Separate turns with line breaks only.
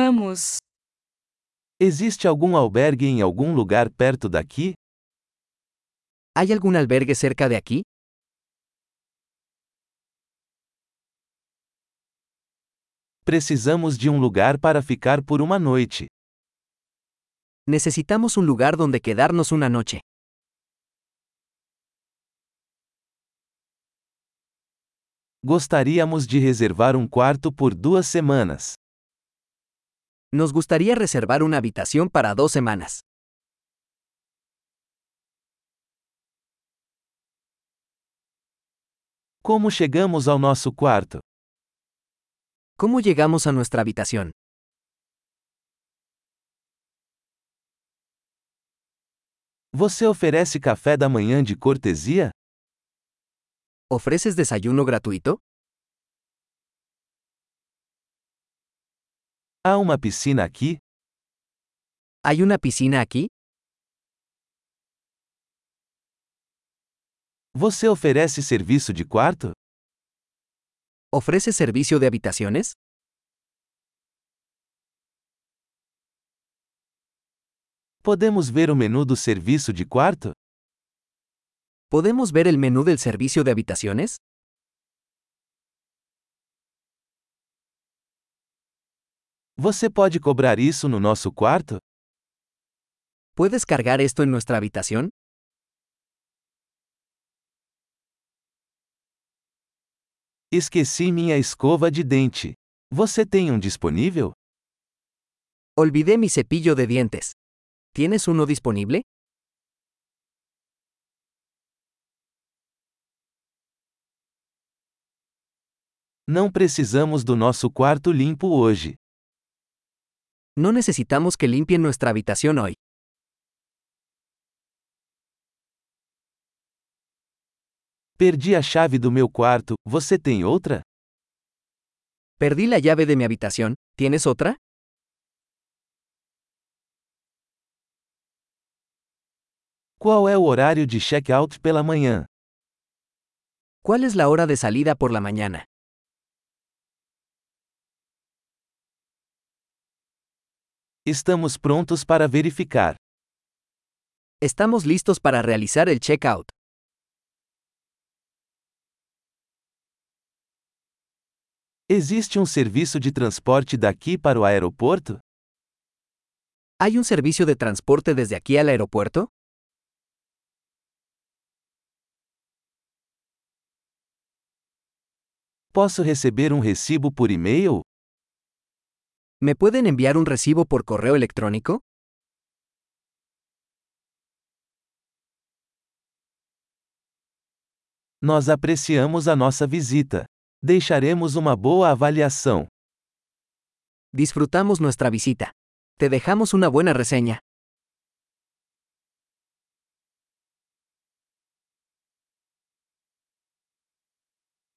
Vamos.
Existe algum albergue em algum lugar perto daqui?
¿Hay algún albergue cerca de aquí?
Precisamos de um lugar para ficar por uma noite.
Necesitamos un lugar donde quedarnos una noche.
Gostaríamos de reservar um quarto por duas semanas.
Nos gustaría reservar una habitación para dos semanas.
Como chegamos ao nosso quarto?
¿Cómo llegamos a nuestra habitación?
Você oferece café da manhã de cortesia?
¿Ofreces desayuno gratuito?
Há uma piscina aqui?
¿Hay una piscina aquí?
Você oferece serviço de quarto?
¿Ofreces servicio de habitaciones?
Podemos ver o menu do serviço de quarto?
¿Podemos ver el menú del servicio de habitaciones?
Você pode cobrar isso no nosso quarto?
¿Puedes cargar esto en nuestra habitación?
Esqueci minha escova de dente. Você tem um disponível?
Olvidé mi cepillo de dientes. ¿Tienes uno disponible?
Não precisamos do nosso quarto limpo hoje.
No necesitamos que limpien nuestra habitación hoy.
Perdi a chave do meu quarto, você tem outra?
Perdí la llave de mi habitación. ¿Tienes otra?
Qual é o horário de check-out pela manhã?
¿Cuál es la hora de salida por la mañana?
Estamos prontos para verificar.
Estamos listos para realizar el checkout.
Existe um serviço de transporte daqui para o aeroporto?
¿Hay un servicio de transporte desde aquí al aeropuerto?
Posso receber um recibo por e-mail?
¿Me pueden enviar un recibo por correo electrónico?
Nós apreciamos a nossa visita. Deixaremos uma boa avaliação.
Disfrutamos nuestra visita. Te dejamos una buena reseña.